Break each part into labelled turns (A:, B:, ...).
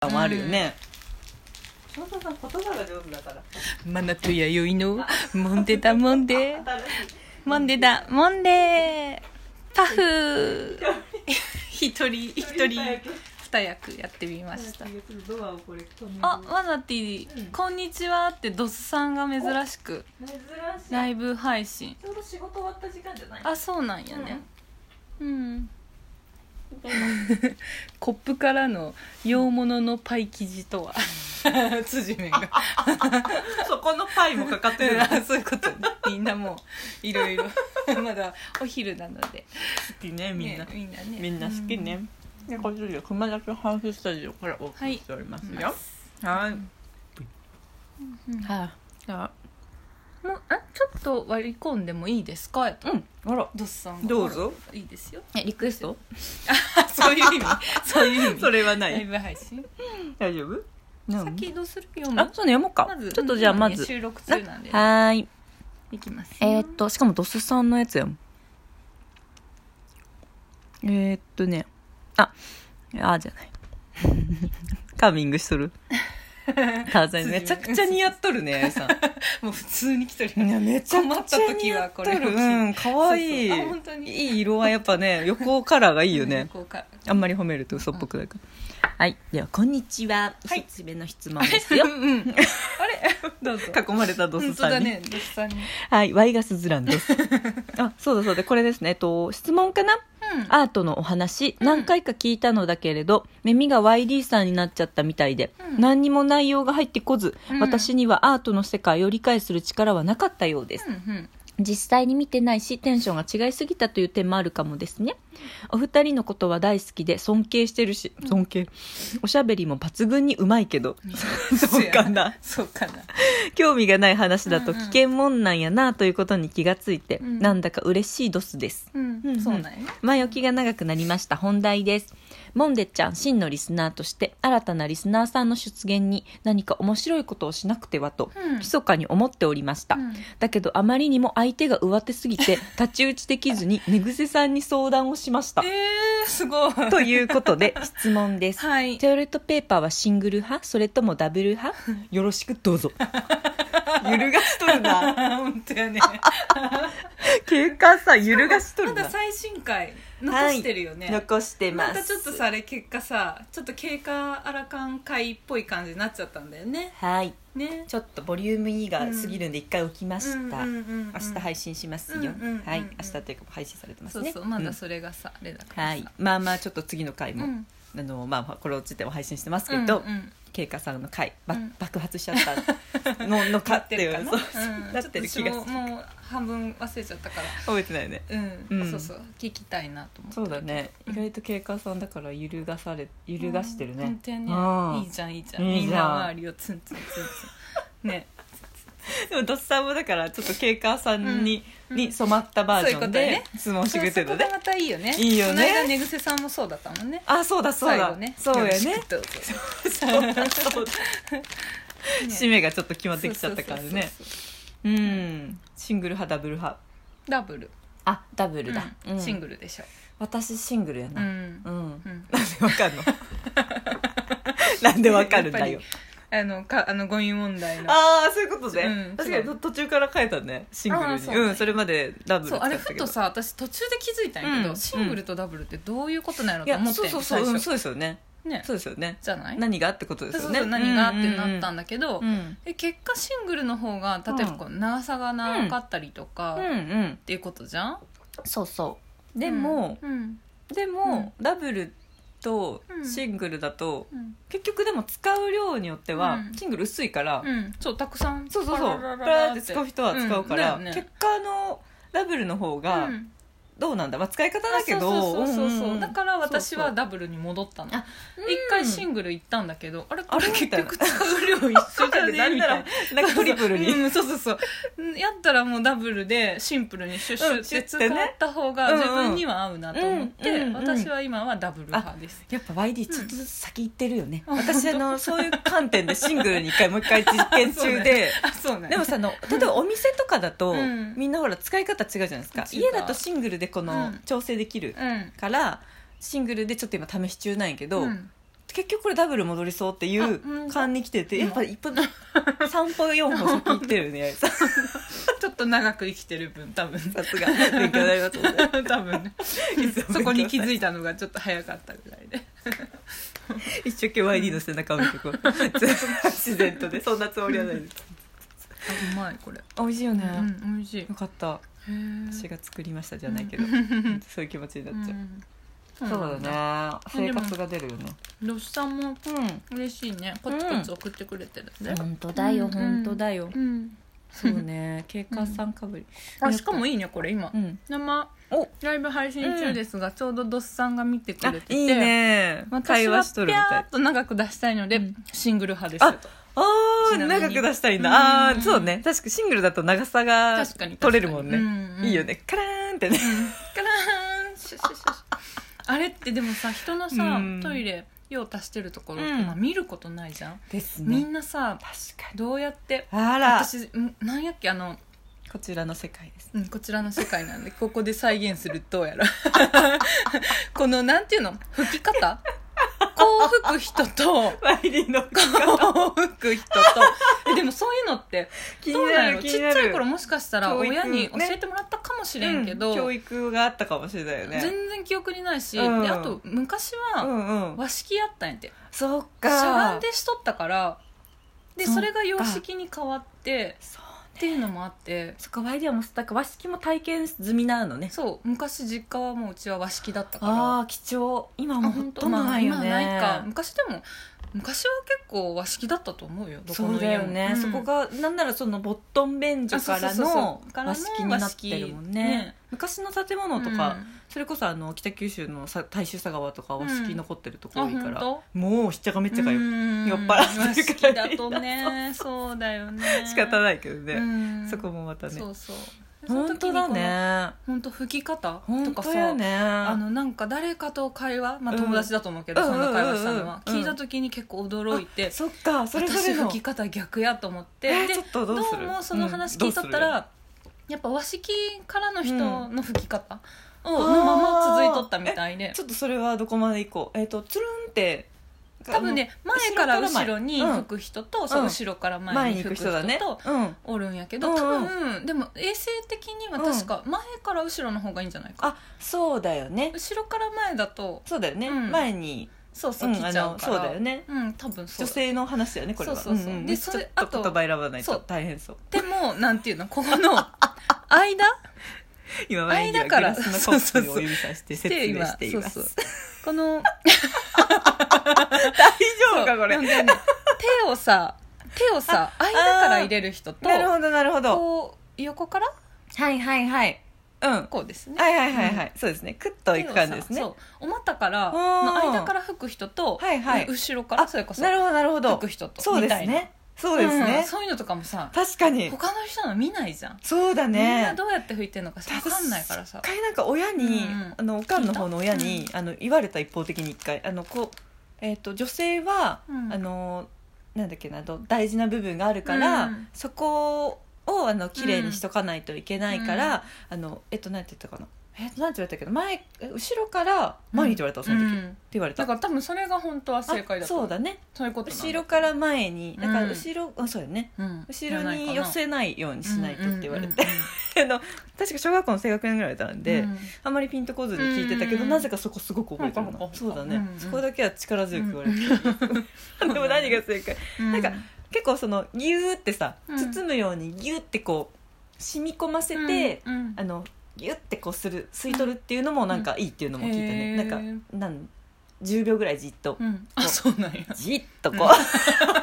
A: 感はあるよね、
B: 翔太さん言葉が上手だから
A: マナと弥生のモンデだモンデ
B: 新しい
A: モンデだモンデパフ一人一人二役やってみました
B: ドアをこれ止める
A: あマナティ、
B: うん
A: こんにちはってドスさんが珍しく
B: 珍
A: ラ
B: しい
A: イブ配信
B: ちょうど仕事終わった時間じゃない
A: あそうなんやねうん、コップからの洋物のパイ生地とは辻 面が
B: そこのパイもかかってる
A: あそういうことねみんなもういろ いろまだお昼なので
B: きね
A: ねみんなね
B: みんな好きね、でこっちで熊崎ハウススタジオからお送りしております
A: うん
B: よはい、
A: うんも
B: はあ
A: うあちょっと割り込んでもいいですかやと
B: うんあら
A: ドスさんが
B: どうぞ
A: あらいいですよ
B: えリクエスト
A: そういう意味 そういう意味
B: それはな
A: ライ
B: い
A: ブ配信
B: 大丈夫うん
A: 先どうする読む
B: あそうね読もうか、
A: まず
B: ちょっとじゃあ
A: うん今
B: ま
A: ね
B: ず、
A: 収録中なんで
B: はーい
A: いきます
B: えー、っとしかもドスさんのやつやもんえー、っとねああじゃない カミングし とるターザンめちゃくちゃ似合っとるねあゆさん
A: もう普通に来てる
B: いやめちゃくちゃ似合っとる
A: 困った時はこれを聞いて
B: うん可愛い
A: そうそうあ本当に
B: いい色はやっぱね横カラーがいいよね
A: こうか
B: あんまり褒めると嘘っぽくないからはいではこんにちは
A: はい
B: 一つ目の質問ですよ
A: あれ どうぞ
B: 囲まれたド
A: 本
B: ス
A: 当
B: さ
A: だ
B: んに
A: ねドスさんに
B: はいワイガスズラン ですあそうだそうだこれですねえっと質問かな
A: うん
B: アートのお話
A: うん
B: 何回か聞いたのだけれど、耳が YD さんになっちゃったみたいで、
A: うん
B: 何にも内容が入ってこず、
A: うん
B: 私にはアートの世界を理解する力はなかったようです、
A: うん
B: 実際に見てないしテンションが違いすぎたという点もあるかもですねお二人のことは大好きで尊敬してるし尊敬おしゃべりも抜群にうまいけど
A: うん
B: そうかな
A: そうかな
B: 興味がない話だと
A: うんうん
B: 危険もんなんやなということに気がついて、
A: うん
B: なんだか嬉しいドスです
A: うんそうなんやね
B: 前置きが長くなりました本題ですモンデちゃん真のリスナーとして新たなリスナーさんの出現に何か面白いことをしなくてはと、
A: うん
B: 密かに思っておりました、
A: うん
B: だけどあまりにも相手が上手すぎ て太刀打ちできずに寝癖さんに相談をしま した
A: えーすごい
B: ということで質問です、
A: はい
B: トイレットペーパーはシングル派それともダブル 派よろしくどうぞ揺るがしとるな
A: 本当やね
B: 経過さ揺るがしと
A: ま
B: るな
A: だ最新回残
B: はい
A: してるよね
B: 残してます
A: またちょっとさあれ結果さちょっと経過あらかん回っぽい感じになっちゃったんだよね
B: はい
A: ね
B: ちょっとボリューム E が過ぎるんで一回置きました、
A: うんうんうんうん
B: 明日配信しますよ、
A: うんうんうん
B: はい明日というか配信されてます
A: そ
B: ね
A: うそうまだ
B: ん
A: それがさあれだからさ
B: はいまあまあちょっと次の回も、
A: うん
B: あのまあこれをつても配信してますけど、
A: うんうん
B: 経過さんの回、ば
A: うん
B: 爆発しちゃったののか
A: な
B: っ
A: ってて
B: い
A: る
B: う
A: かな
B: そうそう
A: うん
B: なってる気が
A: ちょ
B: する
A: っと私ももう半分忘れちゃったから
B: 覚えてないよね
A: うん、
B: うん
A: そうそう聞きたいなと思って
B: そうだね
A: うん
B: 意外と経過さんだから揺るがされ揺るがしてる
A: うん
B: ね
A: 本、当や
B: うん
A: ねいいじゃんいいじゃん
B: いいじゃん
A: みんな周りをツンツンツ ンツンね
B: でもドスさんもだからちょっと経過さんに、
A: うん
B: に染まったバージョン
A: そういう
B: で
A: こと
B: 質問してくれてるの
A: そこ
B: ね
A: がまたいいよね
B: いいよね
A: この間寝癖さんもそうだったもんね
B: あそうだそう
A: 最
B: だ、
A: 後ね
B: そうや
A: よろし
B: ね
A: くどうぞ
B: そうだ そうだ締めがちょっと決まって
A: そう
B: きちゃった感じね
A: そうそうそう
B: うんシングル派ダブル派
A: ダブル
B: あダブルだ、
A: うんシン
B: ル
A: グルでしょ
B: 私シングルや
A: う
B: な、
A: ん
B: うん
A: うん
B: なんでわかんの なん でわかるんだ
A: や
B: よ
A: っぱりあのかあの語彙問題の
B: ああそういうことね、
A: うん
B: 確かに
A: 違
B: と
A: う
B: 途中から変えたねシングル
A: あ
B: に
A: ーそううね
B: んそれまでダブル
A: そうあれふ
B: けど
A: とさ私途中で気づいたんやけど、
B: うん
A: シングルとダブルってどういうことな
B: い
A: のと
B: や
A: 思って
B: そう
A: んよ
B: そうそう、
A: 最
B: うん
A: 初
B: そうですよね
A: ね
B: そうですよね
A: じゃない
B: 何がってことです
A: そ
B: よ
A: う
B: ね
A: そう何がってなったん
B: だ
A: だけど、
B: うんうん
A: え結果シングルの方が例えばこう長さが長かったりとか、
B: うん、
A: っ
B: うんうん
A: ていうことじゃん
B: そうそうでも、
A: うんうん
B: でも、ダブルと
A: うん
B: シングルだと、
A: うん
B: 結局でも使う量によっては、
A: うん
B: シングル薄いから、
A: うんそうたくさん
B: そうそうそう
A: パラララ
B: パ
A: ラ
B: ラーって使う人は使うから、
A: うんだよね
B: 結果のダブルの方が
A: うん
B: どうなんだ、まあ、使い方だけど
A: そうそうそうそう、
B: んんん
A: だから私
B: そ
A: は
B: う
A: ダブルに戻ったの
B: あそう
A: 一回シ
B: ン
A: ングル行ったんだけどあれ
B: あ
A: こ
B: れ
A: れ
B: み
A: 結
B: たいな
A: 局使う量一緒じゃね
B: なん
A: み
B: な
A: た
B: ら
A: いな
B: なんかトリプルに、
A: うん、そうそうそうやったらもうダブルでシンプルにシュッシュッて使った方が
B: うんシュッてねう
A: 自
B: んうん
A: 分には合うなと思って、
B: うんうんうん
A: 私は今はダブル派です
B: やっぱ YD ちょっとずつ先行ってる よね、
A: うん
B: 私あのそういう観点でシングルに一回もう一回実験中で
A: あ そうね
B: でもさあの例えばお店とかだと、
A: うん
B: みんなほら使い方違うじゃないですか
A: 違う
B: 家だとシングルでこの、
A: うん
B: 調整できる
A: うん
B: からシングルでちょっと今試し中なんやけど、
A: うん
B: 結局これダブル戻りそうってい
A: あ
B: う
A: うん
B: 勘に来てて、
A: うん
B: やっぱ一歩3歩4歩先行ってるね 八重さん
A: ちょっと長く生きてる分多分
B: さすが勉強になりますね
A: 多分ね そこに気づいたのがちょっと早かったぐらいで
B: 一生懸命 YD の背中を見 てこう自然とねそんなつもりはないです
A: あうまいこれ
B: 美味しいよね、
A: うん美味しい
B: よかった私
A: 違
B: が作りましたじゃないけど、そういう気持ちになっちゃう、そうだね生活が出るよね
A: ロスさんも
B: うん
A: 嬉しいねコツコツ送ってくれてるね
B: 本当だよ
A: うん
B: 本当だよ、
A: うん
B: そうね警官さんかぶり
A: あしかもいいねこれ今
B: うん、
A: 生
B: お
A: ライブ配信中ですがちょうどドスさんが見てく
B: あ
A: れてて
B: いいね
A: 私
B: 会
A: は
B: 話し
A: ぴ
B: と
A: ゃ
B: るみたい
A: ーっと長く出したいの
B: う
A: で
B: ん
A: シングル派です
B: ああ
A: ち
B: ー
A: なみ
B: 長
A: に
B: く出したいんだ、
A: うん
B: あーそうね確かシングルだと長さが
A: 確かに
B: 取れるもんね、
A: ね
B: いいよねカラーンってね、
A: カラーンシュシュシュシュあれってでもさ人のさ
B: うん
A: トイレ用足してるところ、
B: うん
A: まあ、見ることないじゃん、
B: です
A: みんなさ
B: 確かに
A: どうやって
B: あら
A: 私んなんやっけあの
B: こちらの世界です
A: うんこちらの世界な んでここで再現するとやら このなんていうの吹き方こう吹く人と
B: ワイリー の
A: こう吹く人とえでもそういうのって
B: 気
A: どう
B: に
A: な
B: なん
A: や
B: る
A: ろちっ
B: 気
A: ち
B: になる
A: ゃい頃もしかしたら
B: 教育
A: 親に教
B: ね
A: えてもらったかもしれんけど、
B: うん教育があったかもしれないよね
A: 全然記憶にないし、
B: うん
A: であと昔は、
B: うんうん
A: 和式やったんやって
B: そっ
A: し
B: か
A: ゃがんでしとったからで
B: そっか
A: それが洋式に変わって
B: そう
A: っていうのもあって
B: そっかワイリーもだから和式も体験済みなのね
A: そう昔実家はもううちは和式だったから
B: ああ貴重今もうほ
A: 本
B: とん
A: 当
B: ど
A: ま
B: な
A: あ
B: い
A: 今
B: よ
A: は
B: ね、
A: ないか昔でも昔は結構和式だったと思うよどこ
B: そ
A: の家も
B: うだよね、
A: うん
B: そこがなんならそのボットン便所から
A: あそうそう
B: の
A: そうそう
B: 和式になってるもんね
A: 和式ね
B: 昔の建物とか、それこそあの北九州のさ大衆佐川とか和式残ってるとこ多いか
A: うんあ
B: ら、
A: 本
B: もうしっちゃかめっ
A: うん
B: ちゃかよ、
A: うん
B: 酔っ払ってるから
A: 和式だと ねそうだよね
B: 仕方
A: い
B: ないけどね、そこ
A: も
B: もまたね
A: そうそう
B: 本当だね
A: 本当吹き方と
B: 本
A: か
B: 当
A: さ
B: やね
A: あのなんか誰かと会話、まあ、
B: うん
A: 友達だと思うけど、
B: うん
A: そんな会話したのは、
B: うんうんうん
A: 聞いた時に結構驚いて、
B: そっかそれぞ
A: 私
B: れの
A: 吹き方逆やと思って、
B: えー
A: で
B: ちょっとどうする
A: もその話聞いとった
B: うんどう
A: ら、やっぱ和式からの人の吹き方を、
B: ん
A: のまま続いとったみたい
B: す
A: で
B: るちょっとそれはどこまで行こうえっ、とつるんって
A: 多分ね
B: の
A: 前から後ろに
B: 後ろから前
A: 吹く人と、そう後ろから
B: あの
A: 前
B: 前
A: に
B: に行
A: 吹く
B: く
A: 人
B: 人
A: と
B: だねうん
A: おるんやけ
B: う
A: ど、
B: んうん
A: 多分でも衛生的には確か前から後ろの方がいいんじゃないか、
B: あそうだよね
A: 後ろから前だと
B: そうだよね、
A: うん
B: 前に
A: そうそう
B: うん
A: 来ちゃ
B: あ
A: う
B: の
A: から、
B: そうだよね
A: うん多分そう
B: 女
A: だ
B: 性の話だよねこれは
A: そうそうそうん
B: ん
A: で
B: ちょ
A: そ
B: っ
A: れあ
B: と
A: と
B: 言葉選ばない
A: そ
B: と
A: う
B: 大変そう
A: でもなんていうのここ の間
B: 今ワイン
A: 間から
B: グラスのコップにお指さして説明しています
A: そうそう こ
B: 大
A: の
B: 丈夫かこれ
A: そうなんかね手をさ手をさ間から入れる人と
B: なるほどなるほど
A: こう横から
B: はいはいはいうんはい
A: こうですね
B: はいはいはい、そうですねクッといく感じですね
A: 手をさそうお股から
B: うん
A: の間から吹く人と、
B: はいはい
A: 後ろからそれこそ
B: なるほどなるほ
A: 吹
B: ど
A: く人と
B: そうです
A: みたいな
B: ねそうです
A: ん
B: ね、
A: そういうのとかもさ
B: 確かに
A: 他の人の見ないじゃん、
B: そうだ
A: みんな
B: ね
A: どうやって吹いてるのかさ分かんないからさ
B: 一回なんか親に、
A: うんうん
B: あのおかんの方の親に、
A: 聞
B: あの言われた一方的に一回あのこう、えー、と女性は、
A: うん
B: あのなんだっけなど大事な部分があるから、
A: うん
B: そこをあの綺麗にしとかないといけないから、あのえっとなんて言ったかなえっとなんて言われたっけど前え後ろから前にって言われた、その時、
A: う
B: って
A: ん
B: 言われた
A: だから多分それが本当は正解だ
B: あ
A: と
B: そ
A: 思
B: う
A: う
B: だね
A: そういうことなんだ
B: 後ろから前にだから後ろ、あそうだよね
A: うん
B: 後ろに寄せないようにしないとって言われて、
A: うんうんうん
B: あの確か小学校の低学年ぐらいだったんで、
A: うん
B: あまりピンとこずに聞いてたけど、
A: うん
B: なぜかそこすごく覚えてる
A: ほうほう
B: の
A: ほう
B: そうだね、
A: うんうん
B: そこだけは力強く言われてる、
A: うん
B: でも何が正解
A: うん
B: なんか結構そのギューってさ
A: うん
B: 包むようにギューってこう染み込ませて、
A: うんうん
B: あのギューってこうする吸い取るっていうのもなんかいいっていうのも聞いたね、
A: うん
B: なんかなん10秒ぐらいじっと、
A: うんあそうなんや
B: じっとこう、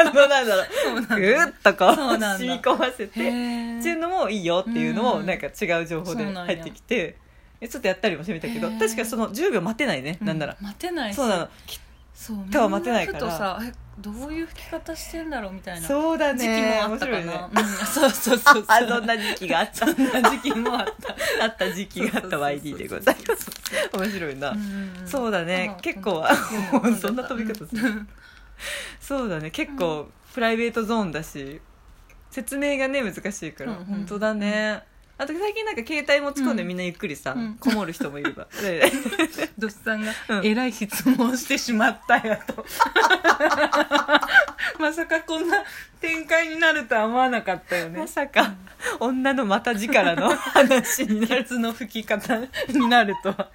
B: あのなんだろう
A: そうなんだ
B: ギューっとこう
A: そうなんだ
B: 染み込ませて
A: へー
B: っていうのもいいよっていうの
A: う
B: も
A: ん
B: なんか違う情報で
A: そうなんや
B: 入ってきてえちょっとやったりもしてみたけど
A: へー
B: 確かその10秒待てないね
A: うん
B: なんなら
A: 待てないし
B: そうなの
A: そうみん
B: 手は待てないから
A: ふとさえどういう吹き方してんだろうみたいな
B: そうだ
A: 時期も
B: ね
A: あ
B: 面
A: った
B: 白
A: か
B: い
A: な
B: ね
A: うんそうそうそうそう
B: あそんな時期があ った
A: そんな時期もあった
B: あった時期があった YD でございます面白いなそうだね結構は そんな飛び方する
A: る
B: そうだね結構プライベートゾーンだし説明がね難しいから
A: うんうん
B: 本当だねあと最近なんか携帯持ち込んでみんなゆっくりさ、
A: うん
B: こもる人もい ればで
A: どっさんが
B: うん
A: えらい質問をしてしまったやと まさかこんな展開になるとは思わなかったよね
B: まさか女のまた力の話になる
A: ケツの吹き方になるとは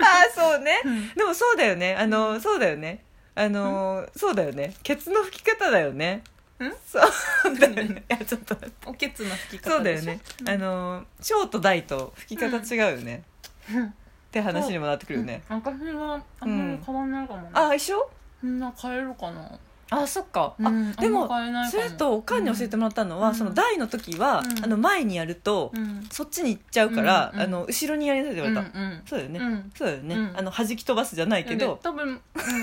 B: ああそうね、
A: うん
B: でもそうだよねあのそうだよねあの、そうだよねケツの吹き方だよね
A: ん
B: そうだよねいやちょっと
A: おケツの吹き方
B: そうだよね、あの小と大と吹き方違うよね、っ
A: うん
B: て話にもなってくるよね、
A: 私はあんまり変わんないかもね、
B: ああ一緒
A: みんな変えるかな
B: あそっか、
A: うん
B: あで
A: あん
B: も
A: ま変えないか
B: そ
A: も
B: れとおかんに教えてもらったのは、
A: うん
B: その大の時は、
A: うん
B: あの前にやると、
A: うん
B: そっちに行っちゃうから、
A: うんうん
B: あの後ろにやりなさいって言われた、
A: うん
B: そうだよ
A: う
B: ね、
A: んうん
B: そうだよね、
A: うん
B: あの弾き飛ばすじゃないけ
A: で
B: ど、
A: 多分、うん、正確に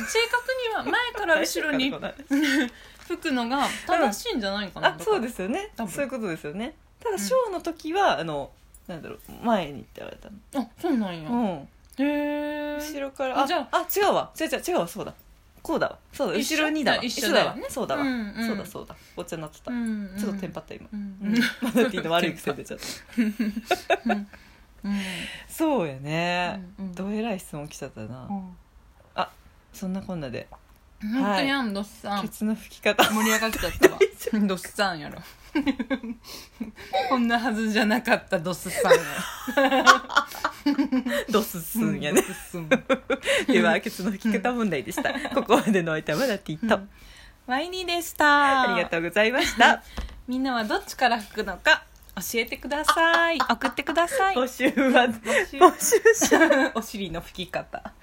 A: は前から後ろに
B: 大丈夫かなこ
A: 吹くのが正しいんじゃないか
B: れ
A: な、
B: あそうですすよね
A: 多分
B: そういうことですよねた
A: う
B: だ
A: ん
B: ショーの時は、あのなんだろう前にって言われたの
A: あそうなんや、
B: うん
A: へえ
B: 後ろからあ
A: じゃ
B: あ違うわ違う違う違うわそうだこうだわそうだ
A: 一緒
B: 後ろにだわ
A: 一緒だよね
B: そうだわ、
A: うんうん
B: そうだそうだお茶になってた、
A: うん
B: ちょっとテンパった今、
A: うん
B: うん、マナティーの悪い癖 出ちゃった
A: うんうん
B: そうやね、
A: うん
B: どえらい質問来ちゃったな、
A: うん
B: そんなこんなで
A: 本当やんどっさ
B: ケ
A: ん
B: ツの吹き方
A: 盛り上がっち ゃったわどっさんやろ こんなはずじゃなかったどっさんや
B: ドススンや
A: ど
B: ね
A: っ、すん
B: ではケツの吹き方問題でした、ここまでのお相手はマナティーと、
A: うんワイニーでした
B: ありがとうございました
A: みんなはどっちから吹くのか教えてください送ってください
B: 募集は
A: 募集
B: 募集し
A: お尻の吹き方